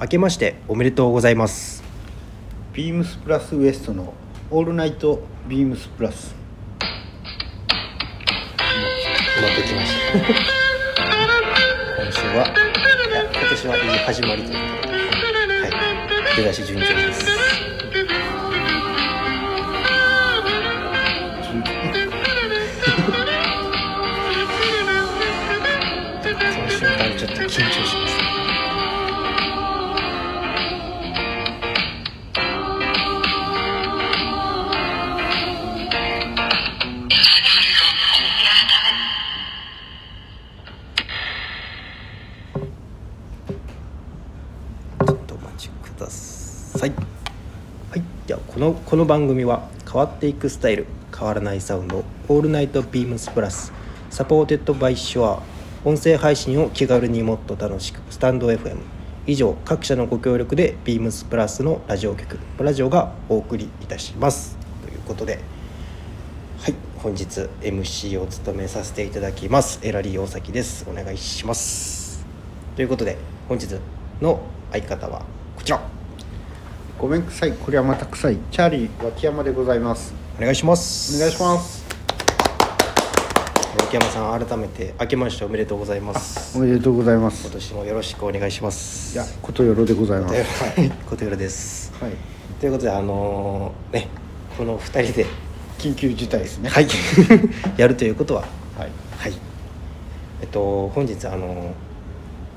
明けましておめでとうございますビームスプラスウエストのオールナイトビームスプラスうまくいきました今週はいや今年はいい始まりということで、はい、出だし順調ですその瞬間ちょっと緊張しますねちょっとお待ちください。はい、ではこのこの番組は変わっていくスタイル変わらないサウンドオールナイトビームスプラスサポーテッドバイショア音声配信を気軽にもっと楽しくスタンド FM 以上各社のご協力でビームスプラスのラジオ局プラジオがお送りいたしますということではい本日 MC を務めさせていただきますエラリー大崎ですお願いしますということで本日の相方はこちらごめんくさいこれはまた臭いチャーリー脇山でございますお願いしますお願いします秋山さん改めて明けましておめでとうございますおめでとうございま今す年もよろしくお願いしますいやことよろでございますというはいことよろですはいということであのーねこの2人で緊急事態ですねはいやるということははいはいえっと本日あのー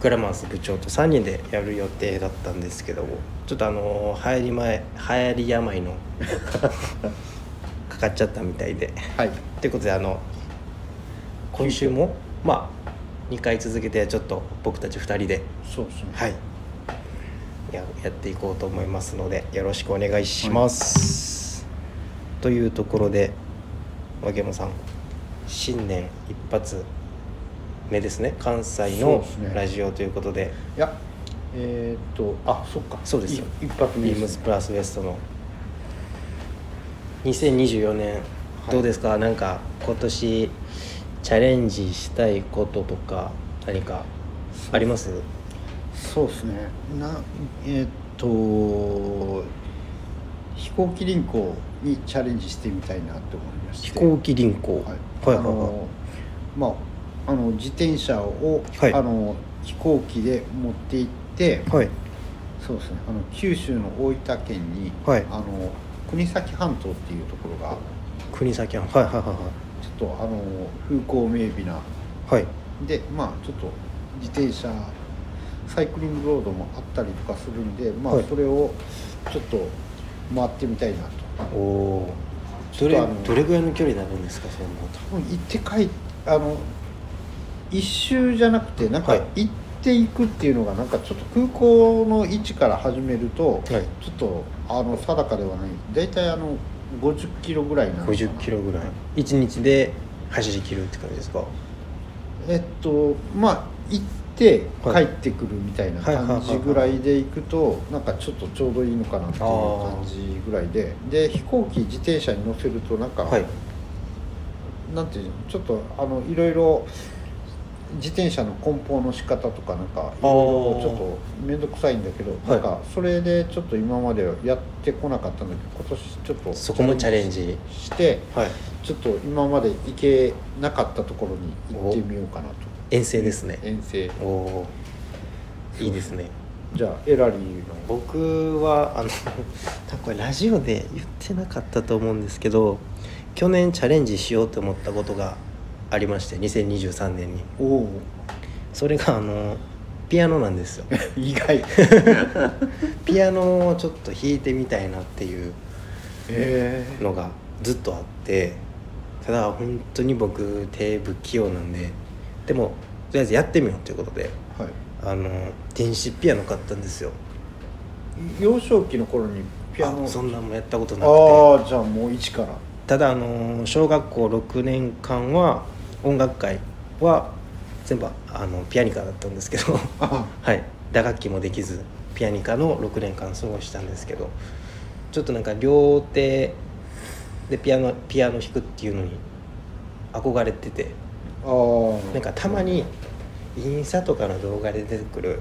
クラマンス部長と3人でやる予定だったんですけどもちょっとあのー流行り前流行り病のかかっちゃったみたいではいということであの今週もまあ2回続けてちょっと僕たち2人でそうですねはいややっていこうと思いますのでよろしくお願いします、というところで和山さん新年一発目ですね関西そうのですねラジオということでいやえー、っとあそっかそうですよい一発目ビームですスねプラスウエストの2024年どうですか、なんか今年チャレンジしたいこととか何かありますそうですねなえー、っと飛行機輪行にチャレンジしてみたいなと思いまして飛行機輪行はい、はいあはいはいのまああの自転車を、はいあの飛行機で持って行って、はいそうですねあの九州の大分県に、はいあの国東半島っていうところが国崎ははいはいはちょっとあの風光明媚ないはいでまあちょっと自転車サイクリングロードもあったりとかするんでまあ、はいそれをちょっと回ってみたいなとおおーどちれょっとあのどれぐらいの距離になるんですかそんなこと多分行って帰っあの一周じゃなくてなんかはい行っていくっていうのがなんかちょっと空港の位置から始めると、はいちょっとあの定かではない大体あの50キロぐらいなのかな50キロぐらい1日で走り切るって感じですかえっとまあ行っては帰いってくるみたいなはいはいはい感じぐらいで行くとなんかちょっとちょうどいいのかなっていう感じぐらいでで飛行機自転車に乗せるとなんか、はいなんていうのちょっとあのいろいろ自転車の梱包の仕方とかなんかいろいろちょっと面倒くさいんだけど、いなんかそれでちょっと今までやってこなかったんだけど今年ちょっとそこもチャレンジしてはいちょっと今まで行けなかったところに行ってみようかなと遠征ですね遠征おおーいいですねじゃあエラリーの僕はあの 多分これラジオで言ってなかったと思うんですけど去年チャレンジしようと思ったことがありまして2023年におおそれがあのピアノなんですよ意 外ピアノをちょっと弾いてみたいなっていうえー、のがずっとあってただ本当に僕手不器用なんででもとりあえずやってみようということではあの電子ピアノ買ったんですよい幼少期の頃にピアノあそんなんもやったことなくてああじゃあもう一からただあの小学校6年間は音楽会は全部あのピアニカだったんですけどあ はい打楽器もできずピアニカの6年間過ごしたんですけどちょっとなんか両手でピアノピアノ弾くっていうのに憧れててあーなんかたまにインスタとかの動画で出てくる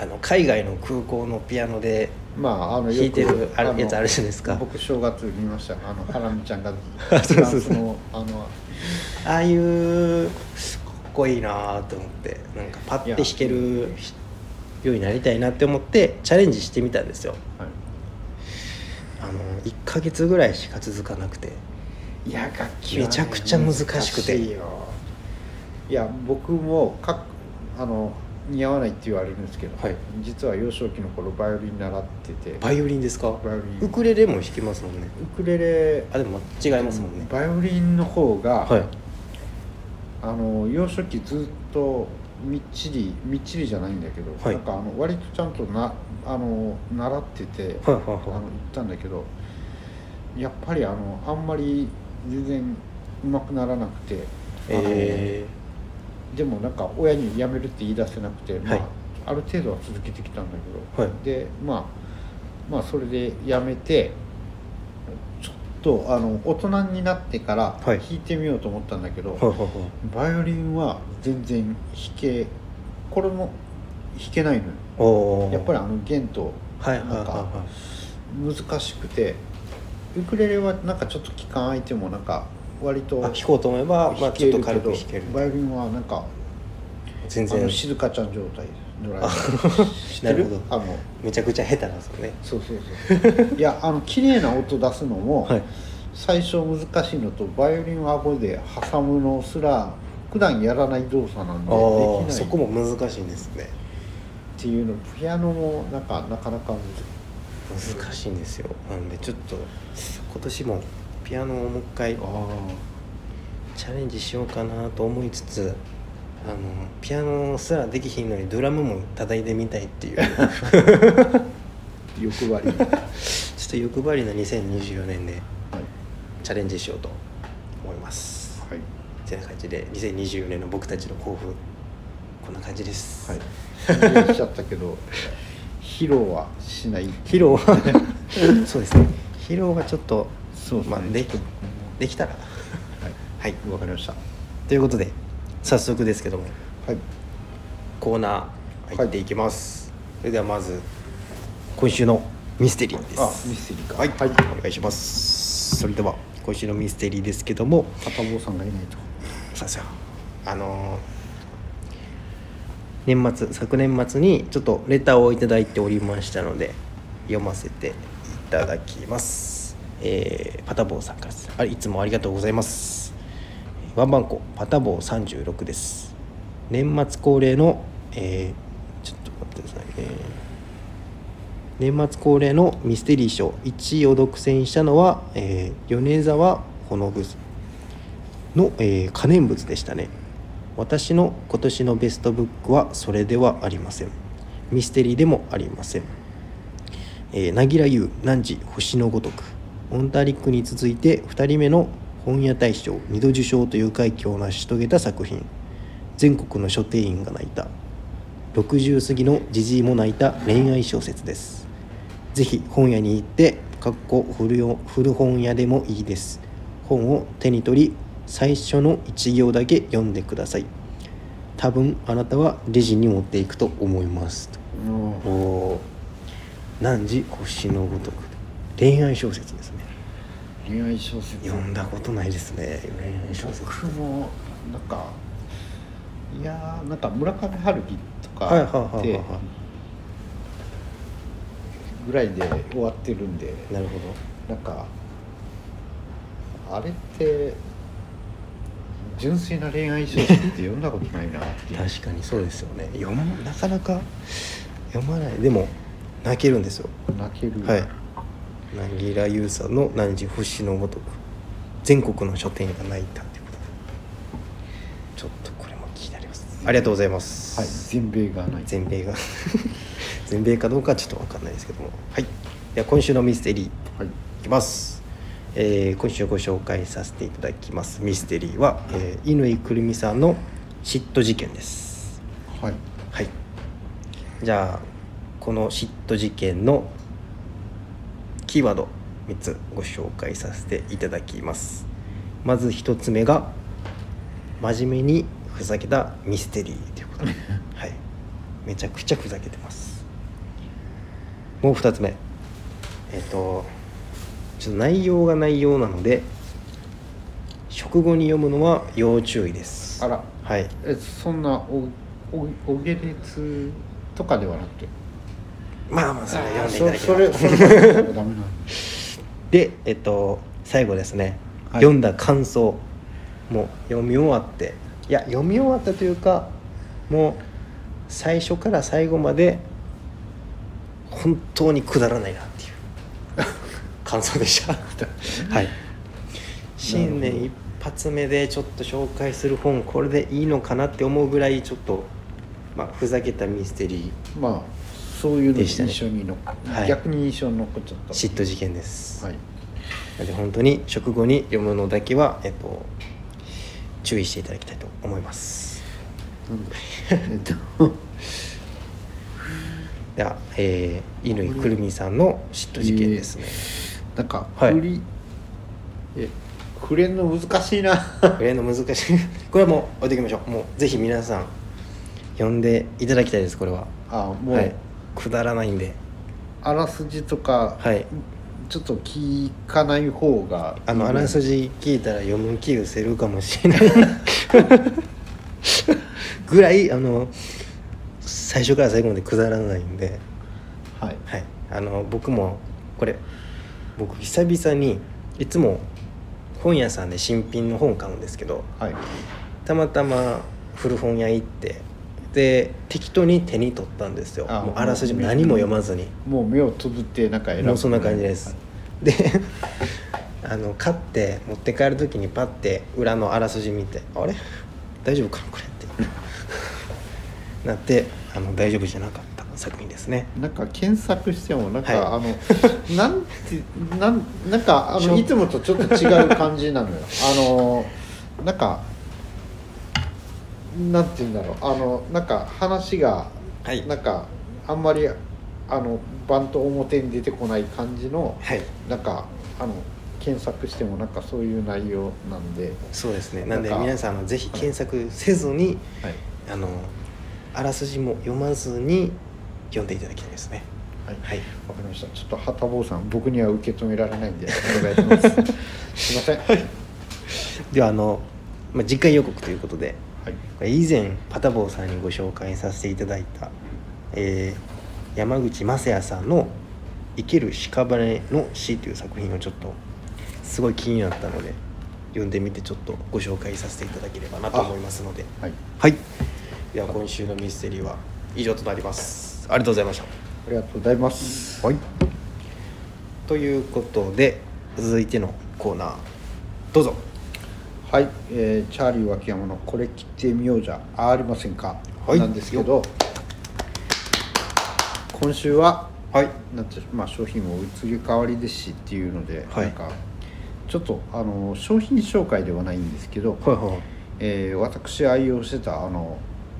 あの海外の空港のピアノでまああの弾いてるあるのやつあるじゃないですか僕正月見ましたあのハラミちゃんが あそうそうそうフランスのあのああいうかっこいいなと思ってなんかパッて弾けるようになりたいなって思ってチャレンジしてみたんですよはあの1ヶ月ぐらいしか続かなくていいや楽器はねめちゃくちゃ難しくて難しいよいや僕もかっあの似合わないって言われるんですけど、はい実は幼少期の頃バイオリン習っててバイオリンですかバイオリンウクレレも弾きますもんねウクレレあでも違いますもんねバイオリンの方が、はいあの幼少期ずっとみっちりみっちりじゃないんだけど、はいなんかあの割とちゃんとなあの習ってて、はいはいあの行はったんだけどやっぱりあのあんまり全然うまくならなくて、いえでもなんか親に辞めるって言い出せなくて、まあはいある程度は続けてきたんだけど、はいでまあまあそれで辞めてちょっとあの大人になってからは弾いいてみようと思ったんだけど、ー、はいはいはいバイオリンは全然弾けこれも弾けないのよおーやっぱりあの弦とはいはいはないんかは難しくてウクレレはなんかちょっと期間空いてもなんか割といあ弾こうと思えば、まあ、弾ちけょっるけと軽どく弾けるバイオリンはなんか全あの然静香ちゃん状態ド ライバー知ってなるるほどあのめちゃくちゃ下手なんですよねそうそうそう いやあの綺麗な音出すのも、はい最初難しいのとバイオリンは顎で挟むのすら普段やらない動作なんであできないあそこも難しいんですねっていうのピアノもなんかなかなか難しい難しいんですよなんでちょっと今年もピアノをもう一回チャレンジしようかなと思いつつあのピアノすらできひんのにドラムも叩いてみたいっていう ちょっ 欲張り、と欲張りな2024年ではいチャレンジしようと思いますはいてな感じで2024年の僕たちの抱負こんな感じです、はい宣言しちゃったけど披露はしない 疲労は そうですね疲労がちょっとそうですねまあ、できできたらははいいわかりましたということで早速ですけどもはいコーナー入っていきます、それではまず今週のミステリーですあミステリーかはい、はいお願いしますそれでは今週のミステリーですけども片棒さんがいないとさあさああのー年末昨年末にちょっとレターを頂いただいておりましたので読ませていただきますえーパタボーさんからですあいつもありがとうございますワンバンコパタボー36です年末恒例のえーちょっと待ってくださいえー年末恒例のミステリー賞1位を独占したのは、えー米沢ほのぶの、えー可燃物でしたね私の今年のベストブックはそれではありませんミステリーでもありませんえー、なぎらゆう汝星のごとくオンタリックに続いて2人目の本屋大賞2度受賞という快挙を成し遂げた作品全国の書店員が泣いた60過ぎのじじいも泣いた恋愛小説ですぜひ本屋に行ってかっこ古よ古本屋でもいいです本を手に取り最初の1行だけ読んでください多分あなたはレジに持っていくと思いますうんおー汝星のごとく恋愛小説ですね恋愛小説読んだことないですね恋愛小説僕もなんかいやーなんか村上春樹とかはいはいはいはいではぐらいで終わってるんでいなるほなんかあれって純粋な恋愛小説って読んだことないなってどいう確かにそうですよね読まなかなか読まないでも泣けるんですよ泣ける、はい柳楽優さんの「汝星のごとく」全国の書店が泣いたってことでちょっとこれも気になりますありがとうございます、はい、全米がない全米が 全米かどうかはちょっと分かんないですけどもはいでは今週のミステリーはいいきます、えー今週ご紹介させていただきますミステリーは乾、えー、乾くるみさんの嫉妬事件ですはいはいじゃあこの嫉妬事件のキーワード3つご紹介させていただきますまず1つ目が 真面目にふざけたミステリーということで、はい、めちゃくちゃふざけてますもう2つ目えっ、とちょっと内容が内容なので食後に読むのは要注意ですあらはいえそんなおおお下劣とかではなくてまあまあそれあはー読んでいたそだきれますそれそれダメなのでえっと最後ですね、はい読んだ感想もう読み終わっていや読み終わったというかもう最初から最後まで本当にくだらないなっ ていう感想でしたはい新年一発目でちょっと紹介する本これでいいのかなって思うぐらいちょっと、まあ、ふざけたミステリまあそういうのでしたね印象に残、はい逆に印象に残っちゃっーた嫉妬事件です、 はいなので本当に食後に読むのだけは、えっと、注意していただきたいと思いますなんだえっ とでは、えー、乾くるみさんの嫉妬事件ですね、なんかはい振りえ触れんの難しいな これの難しい これはもう置いておきましょうもうぜひ皆さん読んでいただきたいですこれはあもう、はい、くだらないんであらすじとか、はいちょっと聞かない方があのあらすじじ聞いたら読む気失せるかもしれないぐらいあの最初から最後までくだらないんではいはい、あの僕もこれ僕久々にいつも本屋さんで新品の本買うんですけどはいたまたま古本屋行ってで適当に手に取ったんですよあもうあらすじももう何も読まずにもう目をつぶってなんか選ぶもうそんな感じですで あの買って持って帰る時にパッて裏のあらすじ見て「あれ大丈夫かなこれ」って なってあの大丈夫じゃなかった作品ですねなんか検索してもなんか、はあのなんてなんなんかあしょのいつもとちょっと違う感じなのよあのなんかなんて言うんだろうあのなんか話が、はいなんかあんまりあのバンと表に出てこない感じのはいなんかあの検索してもなんかそういう内容なんで、そうですねなんでなんか皆さんもぜひ検索せずに、はいあのあらすじも読まずに読んでいただきたいですねはいはいわかりました。ちょっと旗坊さん、僕には受け止められないんで、お願い します。すいません。はい。ではあの、まあ、次回予告ということでこれ以前パタボーさんにご紹介させていただいた、えー山口雅也さんの「生ける屍の死」という作品をちょっとすごい気になったので読んでみてちょっとご紹介させていただければなと思いますのではい。はいでは今週のミステリーは以上となりますありがとうございましたありがとうございます。はい。ということで続いてのコーナーどうぞはい、えーチャーリー脇山のこれ切ってみようじゃありませんか。はいなんですけど。今週は、はいなんて、まあ、商品も移り変わりですしっていうので、はいなんか。ちょっと、あの、商品紹介ではないんですけど。はいはえー私愛用してたあの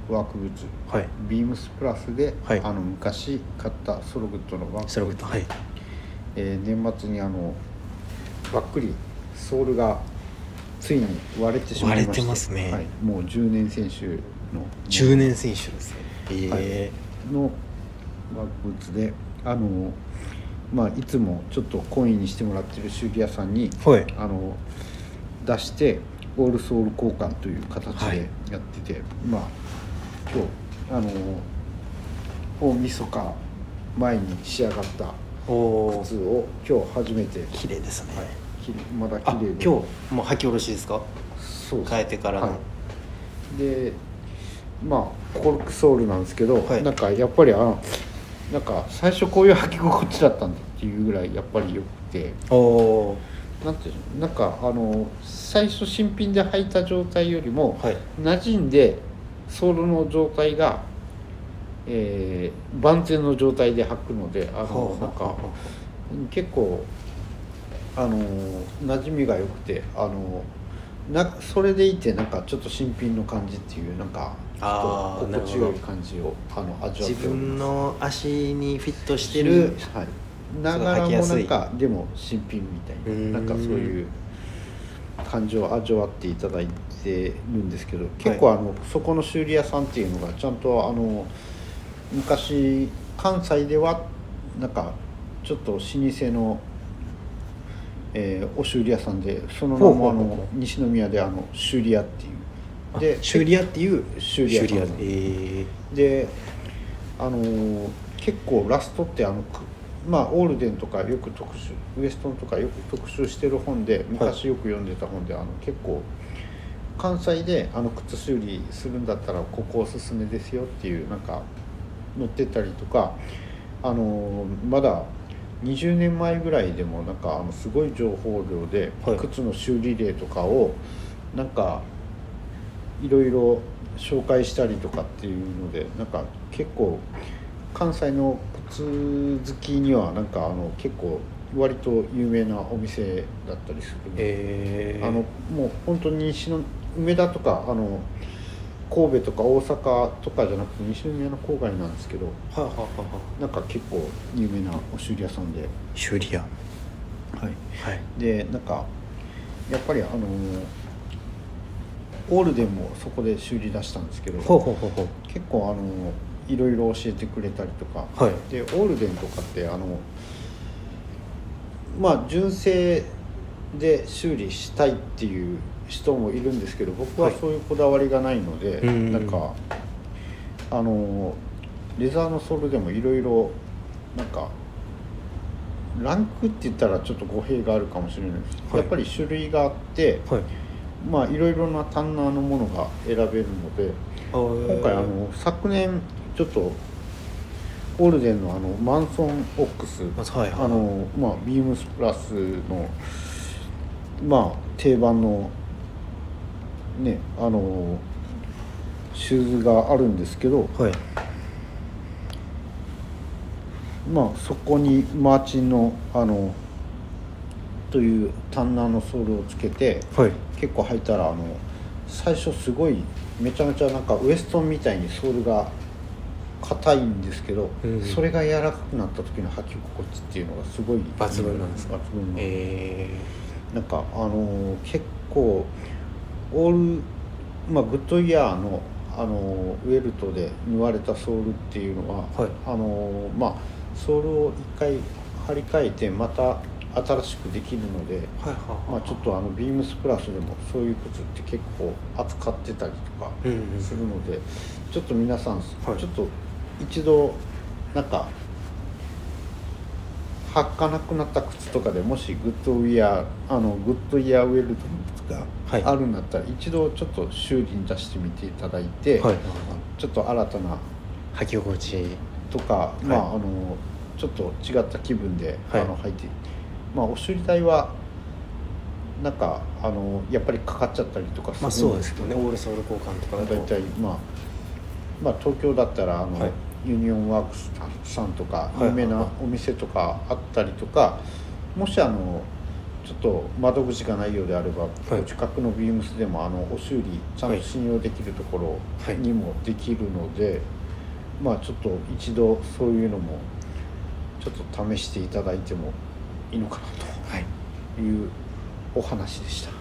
ワークブーツ、はいビームスプラスで、はいあの昔買ったソログッドのワーいそクれブこーツそ、はいえー年末にあのばっくりソールがついに割れてしまいま割してれてますねはい、もう10年選手の10年選手ですねえのワークブーツであのまあいつもちょっとコインにしてもらってる修理屋さんに、はいあの出してオールソール交換という形はいでやってて、まあ今日あの大晦日前に仕上がったー、おお靴を今日初めて、はい、綺麗ですね、きまだあ綺麗今で日もう履き下ろしですかそうです変えてからの、はい、でまあコルクソールなんですけど、はいなんかやっぱりあのなんか最初こういう履き心地だったんだっていうぐらいやっぱり良くておおなんていうのなんかあの最初新品で履いた状態よりも、はい馴染んでソールの状態が、えー万全の状態で履くのであのなんか結構あの馴染みが良くてあのなそれでいてなんかちょっと新品の感じっていうなんかちょっあーと心地なるほよいど感じをあの味わって自分のの足にフィットしてるはい、ながらもなんかでも新品みたうーいんななんかそういう感じを味わっていただいてるんですけど結構あの、そこの修理屋さんっていうのがちゃんとあの昔関西ではなんかちょっと老舗の、えーお修理屋さんでその名もあほうほうほの西宮であの修理屋っていうでで修理屋っていう修理屋修理屋でうんえーであのー結構ラストってあのくまあオールデンとかよく特集ウエストンとかよく特集してる本で昔よく読んでた本で、あの結構関西であの靴修理するんだったらここおすすめですよっていうなんか載ってたりとかあのーまだ20年前ぐらいでもなんかあのすごい情報量ではい靴の修理例とかをなんかいろいろ紹介したりとかっていうのでなんか結構関西の靴好きにはなんかあの結構割と有名なお店だったりするので、えーあのもう本当に西の梅田とかあの神戸とか大阪とかじゃなくて西宮の郊外なんですけどはあはあはあはあなんか結構有名なお修理屋さんで、修理屋はい、はいでなんかやっぱりあのオールデンもそこで修理出したんですけどほうほうほうほう結構あのいろいろ教えてくれたりとか、はいでオールデンとかってあのまあ純正で修理したいっていう人もいるんですけど僕ははいそういうこだわりがないので、うんなんかあのレザーのソールでもいろいろなんかランクって言ったらちょっと語弊があるかもしれないですけど、はいやっぱり種類があって、はいまあいろいろなタンナーのものが選べるので。今今回あの昨年ちょっとオールデンのあのマンソンオックスまずはいはいあのまあビームスプラスのまあ定番のねあのシューズがあるんですけどはいまあそこにマーチンのあのというタンナーのソールをつけてはい結構履いたらあの最初すごいめちゃめちゃなんかウエストンみたいにソールが硬いんですけど、うんそれが柔らかくなった時の履き心地っていうのがすごい抜群なんですか抜群のえなんかあのー結構オール、まあ、グッドイヤーのあのーウェルトで縫われたソールっていうのは、はいあのーまあソールを一回張り替えてまた新しくできるので。ーはいはあまあ、ちょっとあのビームスプラスでもそういう靴って結構扱ってたりとかうんうんするので、ちょっと皆さん、いちょっと一度なんか履かなくなった靴とかでもしグッドウィアあのグッドイヤーウェルトのはい靴があるんだったら、一度ちょっと修理に出してみていただいて、はいちょっと新たな履き心地とか、まああのちょっと違った気分で、はいあの入ってまあお修理代はなんかあのやっぱりかかっちゃったりとかまあするそんうですけどねオールソール交換とかだと大体まあまあ東京だったらあの、はいユニオンワークスさんとかはい有名なお店とかあったりとか、もしあのちょっと窓口がないようであれば、いお近くのビームスでもあのお修理ちゃんはいと信用できるとこはろいにもできるので、まあちょっと一度そういうのもちょっと試していただいてもいいのかなはいというお話でした。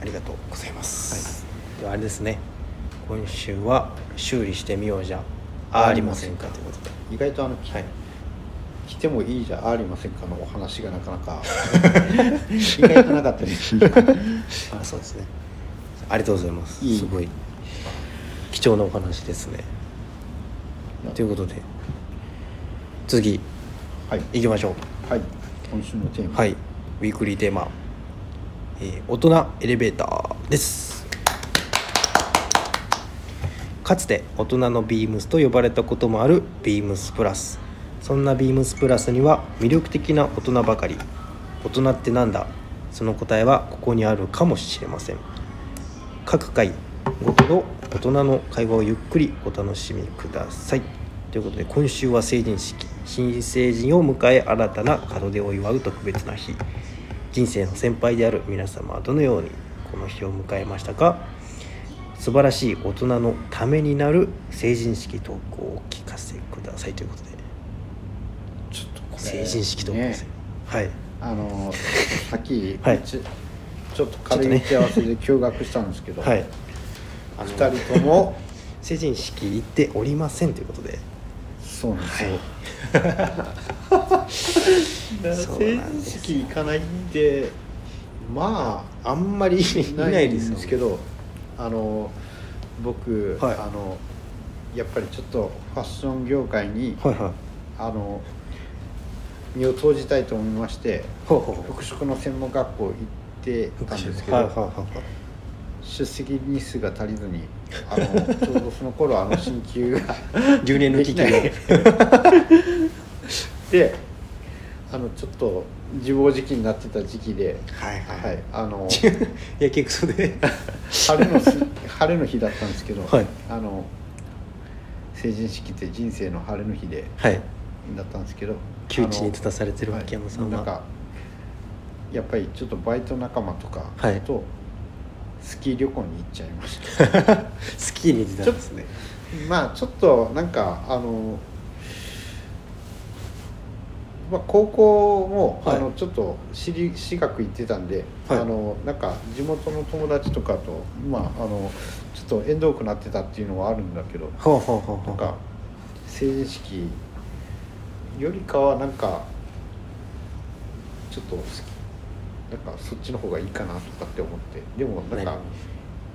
ありがとうございます、ではあれですね今週は修理してみようじゃありませんかということで意外とあの、きはい来てもいいじゃありませんかのお話がなかな か意外となかったですねあそうですねありがとうございますいいすごい貴重なお話ですねということで次はい行きましょはい今週のテーうマ、はいウィークリーテーマ、えー大人エレベーター」ですかつて大人のビームスと呼ばれたこともあるビームスプラスそんなビームスプラスには魅力的な大人ばかり大人ってなんだその答えはここにあるかもしれません各回ごとの大人の会話をゆっくりお楽しみくださいということで今週は成人式新成人を迎え新たな門出を祝う特別な日人生の先輩である皆様はどのようにこの日を迎えましたか素晴らしい大人のためになる成人式投稿をお聞かせくださいということでちょっとこれ成人式投稿ですねね、はいあのさっき、はいうちちょっと軽い打ち合わせで驚愕したんですけど、はい2人とも成人式行っておりませんということで そうなんですよ、そうなんですよ成人式行かないってまああんまりいないないですけどあの僕、はいあのやっぱりちょっとファッション業界にはいはいあの身を投じたいと思いましてほうほうほう服飾の専門学校行ってたんですけど、はいはいはいはい出席日数が足りずにあのちょうどその頃あの進 級が10年の危機をでであのちょっと自暴自棄になってた時期で、はいはいはい、あのやけくそで春のす 晴れの日だったんですけど、はいあの成人式って人生の晴れの日ではいだったんですけど窮地あにの立たされてる秋山さんはい、なんはかやっぱりちょっとバイト仲間とかと、はいスキー旅行に行っちゃいました スキーに出たんですねまあちょっとなんかあの、まあ、高校も、はいあのちょっと私立私学行ってたんで、はいあのなんか地元の友達とかとまああのちょっと縁遠くなってたっていうのはあるんだけどほうほうほうほなんうか成人式よりかはなんかちょっと好きなんかそっちの方がいいかなとかって思ってでもなんなるか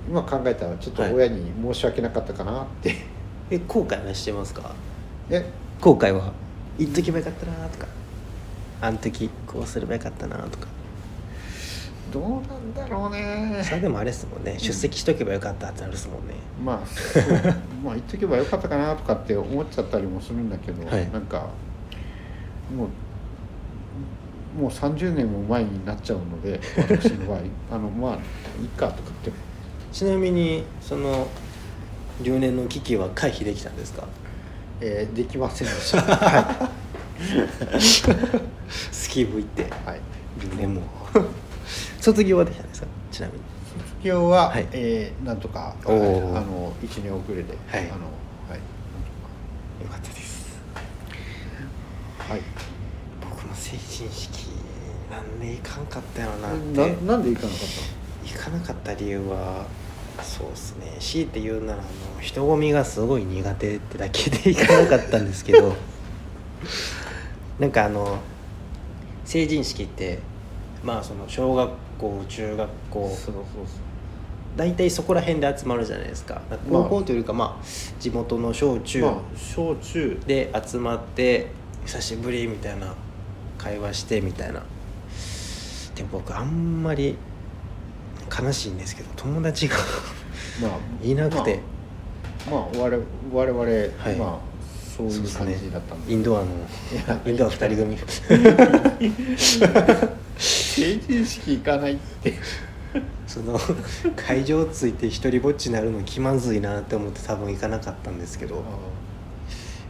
今考えたらちょっとはい親に申し訳なかったかなって、え後悔はしてますかえ後悔は言っとけばよかったなとかあの時こうすればよかったなとかどうなんだろう それねでもあれですもんね出席しとけばよかったってなるですもんねまあそう まあ言っとけばよかったかなとかって思っちゃったりもするんだけど、はいなんかもうもう30年も前になっちゃうので私の 場合あのまあいいかとかってちなみにその留年の危機は回避できたんですかえーできませんでした。 はスキー部行ってい。はい。留年も 卒業はできたんですかちなみに卒業は、はいえーなんとか、あおーの、一年遅れで、はいあの、はい。よかったですはい。僕も成人式なんで行かんかったよなってななんで行かなかっ行かなかった理由はそうですね強いて言うならあの人混みがすごい苦手ってだけで行かなかったんですけ どなんかあの成人式ってまあその小学校中学たの？校そうそう大体そこら辺で集まるじゃないですか高校というよりかまあ地元の小中まあ小中で集まって久しぶりみたいな会話してみたいなでも僕あんまり悲しいんですけど友達が まあいなくて、、まあ、まあ我々我々、いまあそうそういでうす感ねじだったんでインドアのやインドア2人組 成人式行かないってその会場ついて一人ぼっちになるの気まずいなって思って多分行かなかったんですけど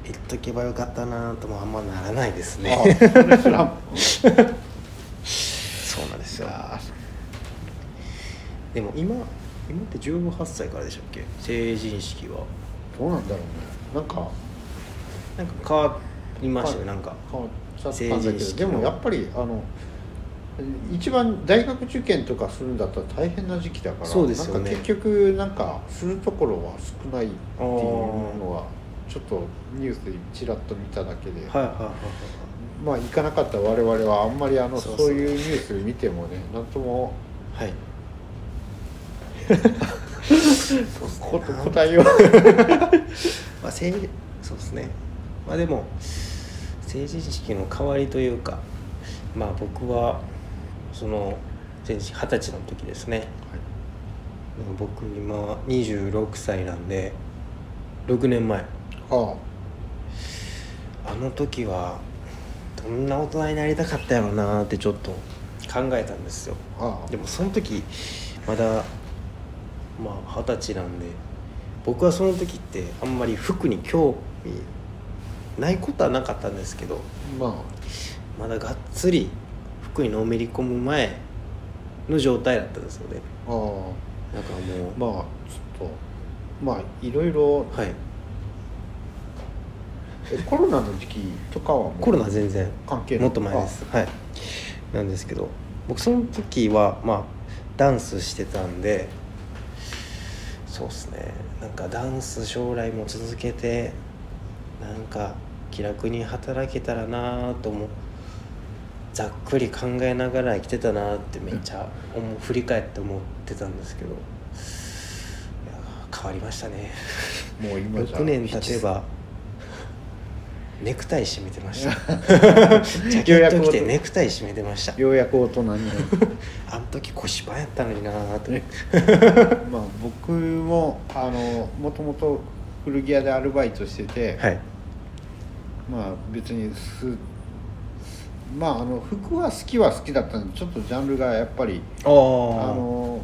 行っとけばよかったなともあんまならないですあねそれすらそうなんですよあでも今今って18歳からでしたっけ成人式は どうなんだろうねなんかなんか変わりましたよなんか変わっちゃったんだ成人けど式でのもやっぱりあの一番大学受験とかするんだったら大変な時期だからそうですよねなんか結局なんかするところは少ないっていうのはちょっとニュースでちらっと見ただけで、はいはいはいはいまあ行かなかった我々はあんまりあのそそううそういうニュース見てもねなんともはいこ答えようまあ、成人そうですねまあでも成人式の代わりというかまあ僕はその成人式二十歳の時ですね僕今26歳なんで6年前ああの時はどんな大人になりたかったやろうなーってちょっと考えたんですよあああでもその時まだまあ二十歳なんで僕はその時ってあんまり服に興味ないことはなかったんですけどまあまだがっつり服にのめり込む前の状態だったんですよねああだからもう、まあちょっとまあいろいろはいえコロナの時期とかはもうコロナは全然関係ないもっと前ですはいなんですけど僕その時はまあダンスしてたんでそうっすねなんかダンス将来も続けてなんか気楽に働けたらなともざっくり考えながら生きてたなってめっちゃ思う振り返って思ってたんですけどいやー変わりましたねもう今じゃ6年経てばネクタイ締めてま したジャケようやッくト着て戻るネクタイ締めてましたようやく大人になる あの時腰パンやったのになーと思ってまあ僕もあのもともと古着屋でアルバイトしてて、はいまあ別にすまああの服は好きは好きだったんでちょっとジャンルがやっぱりあああの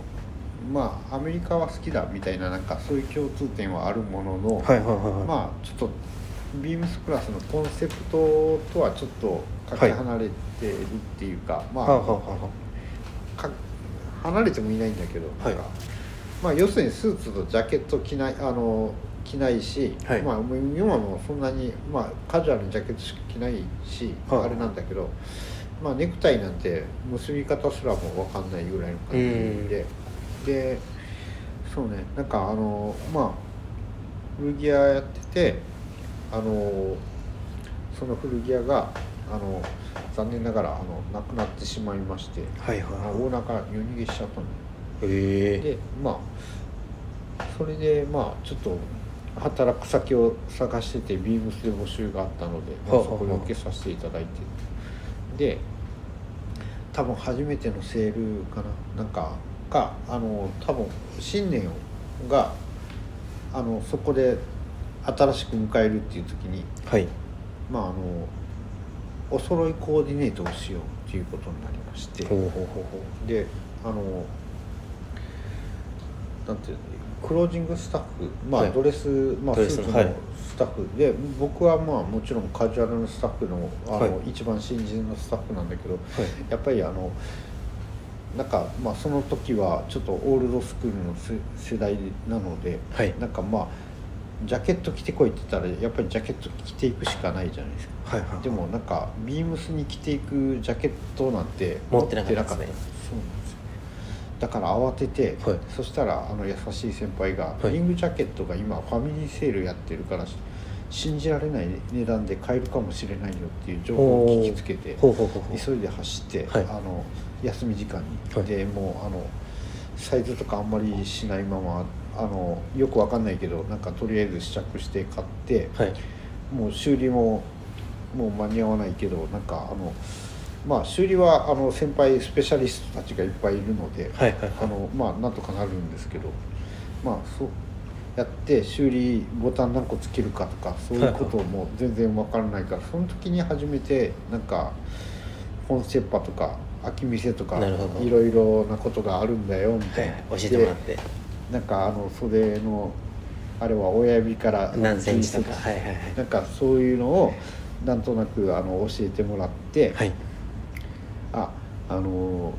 まあアメリカは好きだみたいななんかそういう共通点はあるものの、はいはいはいはいまあちょっとビームスプラスのコンセプトとはちょっとかけ離れてるっていうか、まあ、はあはあはか離れてもいないんだけど、はいなんかまあ要するにスーツとジャケット着ないあの着ないし、はいまあもう今もそんなにまあカジュアルにジャケットしか着ないし、はいあれなんだけど、まあネクタイなんて結び方すらもわかんないぐらいの感じで、で、そうねなんかあのまあ古着屋やっててあのその古着屋があの残念ながらあの亡くなってしまいまして。あはいはいあのはオーナーから夜逃げしちゃったのいへえでまあそれでまあちょっと働く先を探しててビームスで募集があったので、まあはあそこで受けさせていただいてで多分初めてのセールかななんかかあの多分新年をがあのそこで新しく迎えるっていう時にはいまああのお揃いコーディネートをしようっていうことになりまして。ほうほうほうほであのなんていうのクロージングスタッフまあ、はいドレス、まあ、スドレスーツのはいスタッフで、僕はまあもちろんカジュアルのスタッフのあの、はい一番新人のスタッフなんだけどはいやっぱりあのなんかまあその時はちょっとオールドスクールのせ世代なので、はいなんかまあジャケット着てこいって言ったらやっぱりジャケット着ていくしかないじゃないですか。はいはいはいでもなんかビームスに着ていくジャケットなんて持ってなかったですね持そうなんですよだから慌てて、はいそしたらあの優しい先輩が、はいリングジャケットが今ファミリーセールやってるから信じられない値段で買えるかもしれないよっていう情報を聞きつけてほうほうほうほう急いで走って、はいあの休み時間に、はいでもうあのサイズとかあんまりしないままあのよくわかんないけどなんかとりあえず試着して買って、はいもう修理ももう間に合わないけどなんかあのまあ修理はあの先輩スペシャリストたちがいっぱいいるので、はいはいあのまあなんとかなるんですけどまあそうやって修理ボタン何個つけるかとかそういうことも全然わからないからその時に初めてなんか本セッパとか秋店とかなるほどいろいろなことがあるんだよみはたいいな、はい教えてもらってなんかあの袖のあれは親指から何センチとかはいはいはいなんかそういうのをなんとなくあの教えてもらって、はいああの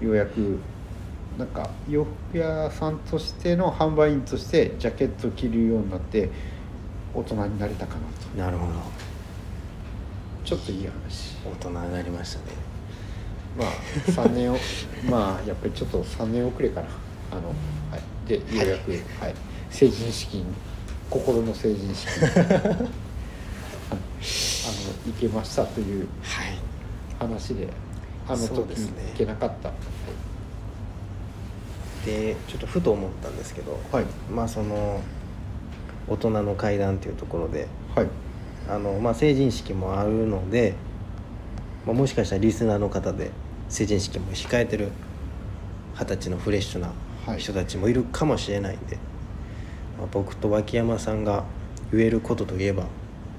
ようやくなんか洋服屋さんとしての販売員としてジャケットを着るようになって大人になれたかなとなるほどちょっといい話大人になりましたねまあ3年を まあやっぱりちょっと3年遅れかなあの、はい、でようやく、はい、成人式に心の成人式 にあの行けましたというはい話であのそう時ですね行けなかった、でちょっとふと思ったんですけど、はいまあその大人の階段っていうところではいあの、まあ、成人式もあるので、まあ、もしかしたらリスナーの方で成人式も控えてる二十歳のフレッシュなはい人たちもいるかもしれないんで、まあ、僕と脇山さんが言えることといえば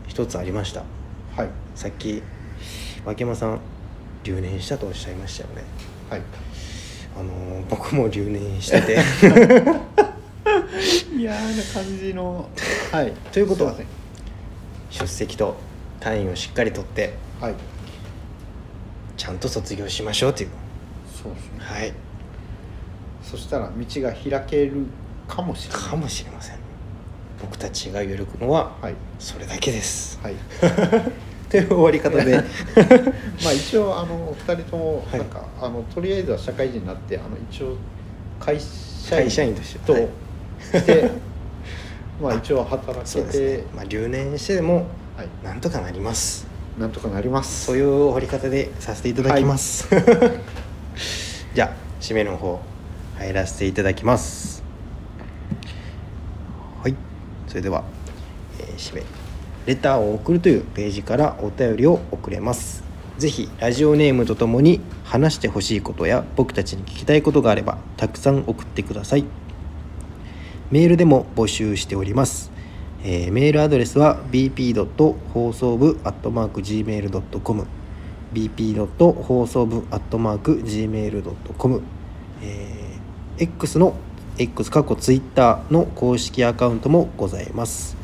一つありましたはいさっき脇山さん留年したとおっしゃいましたよねはいあの僕も留年してて嫌な感じのはいということはすい出席と単位をしっかりとってませんはいちゃんと卒業しましょうというそうですねはいそしたら道が開けるかもしれないかもしれません僕たちが喜ぶのははいそれだけですはい という終わり方 でまあ一応あの二人ともはいなんか、あのとりあえずは社会人になってあの一応会社員会社員としてとはいして、まあ一応働 そうけでて、すね、まあ、留年してもはいなんとかなりますなんとかなりますそういう掘り方でさせていただきます、 じゃあ締めの方入らせていただきますはいそれでは、えー締めレターを送るというページからお便りを送れますぜひラジオネームとともに話してほしいことや僕たちに聞きたいことがあればたくさん送ってくださいメールでも募集しております。えーメールアドレスは bp. 放送部 .gmail.com bp. 放送部 .gmail.com、えー X の X 過去 Twitter の公式アカウントもございます。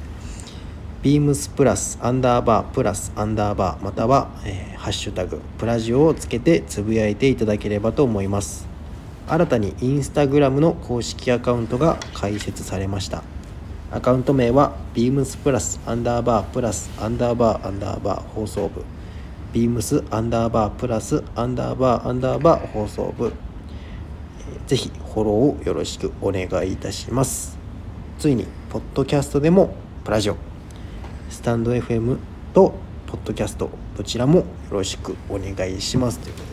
beams プラスアンダーバープラスアンダーバーまたは、えーハッシュタグプラジオをつけてつぶやいていただければと思います。新たにインスタグラムの公式アカウントが開設されましたアカウント名は beams プラスアンダーバープラスアンダーバーアンダーバー放送部 beams アンダーバープラスアンダーバーアンダーバー放送部えーぜひフォローをよろしくお願いいたしますついにポッドキャストでもプラジオスタンド FM とポッドキャストどちらもよろしくお願いしますということで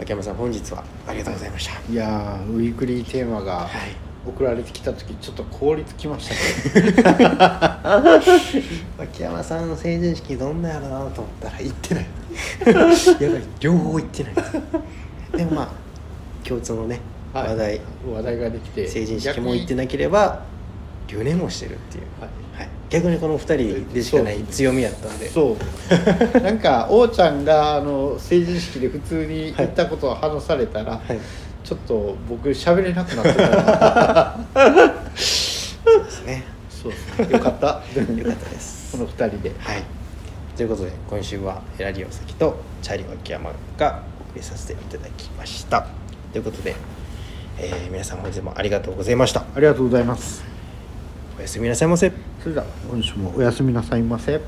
秋山さん本日はありがとうございましたいやーウィークリーテーマが送られてきた時ちょっと凍りつきまし たけ秋山さんの成人式どんなやろうなと思ったら行ってない やばい両方行ってないでもまあ共通のね、ど、はい話題話題ができて成人式も行ってなければ留年もしてるっていう、逆にはい、逆にこの2人でしかない強みやったんでそ うなんか王ちゃんがあの成人式で普通に行ったことを話されたら、はいちょっと僕喋れなくなってたなですねそうよかった よかったですこの二人ではい。ということで今週はヘラリオ関とチャリ脇山がお送りさせていただきました。ということで、えー皆さん本日もありがとうございました。ありがとうございますおやすみなさいませ。それでは本日もおやすみなさいませ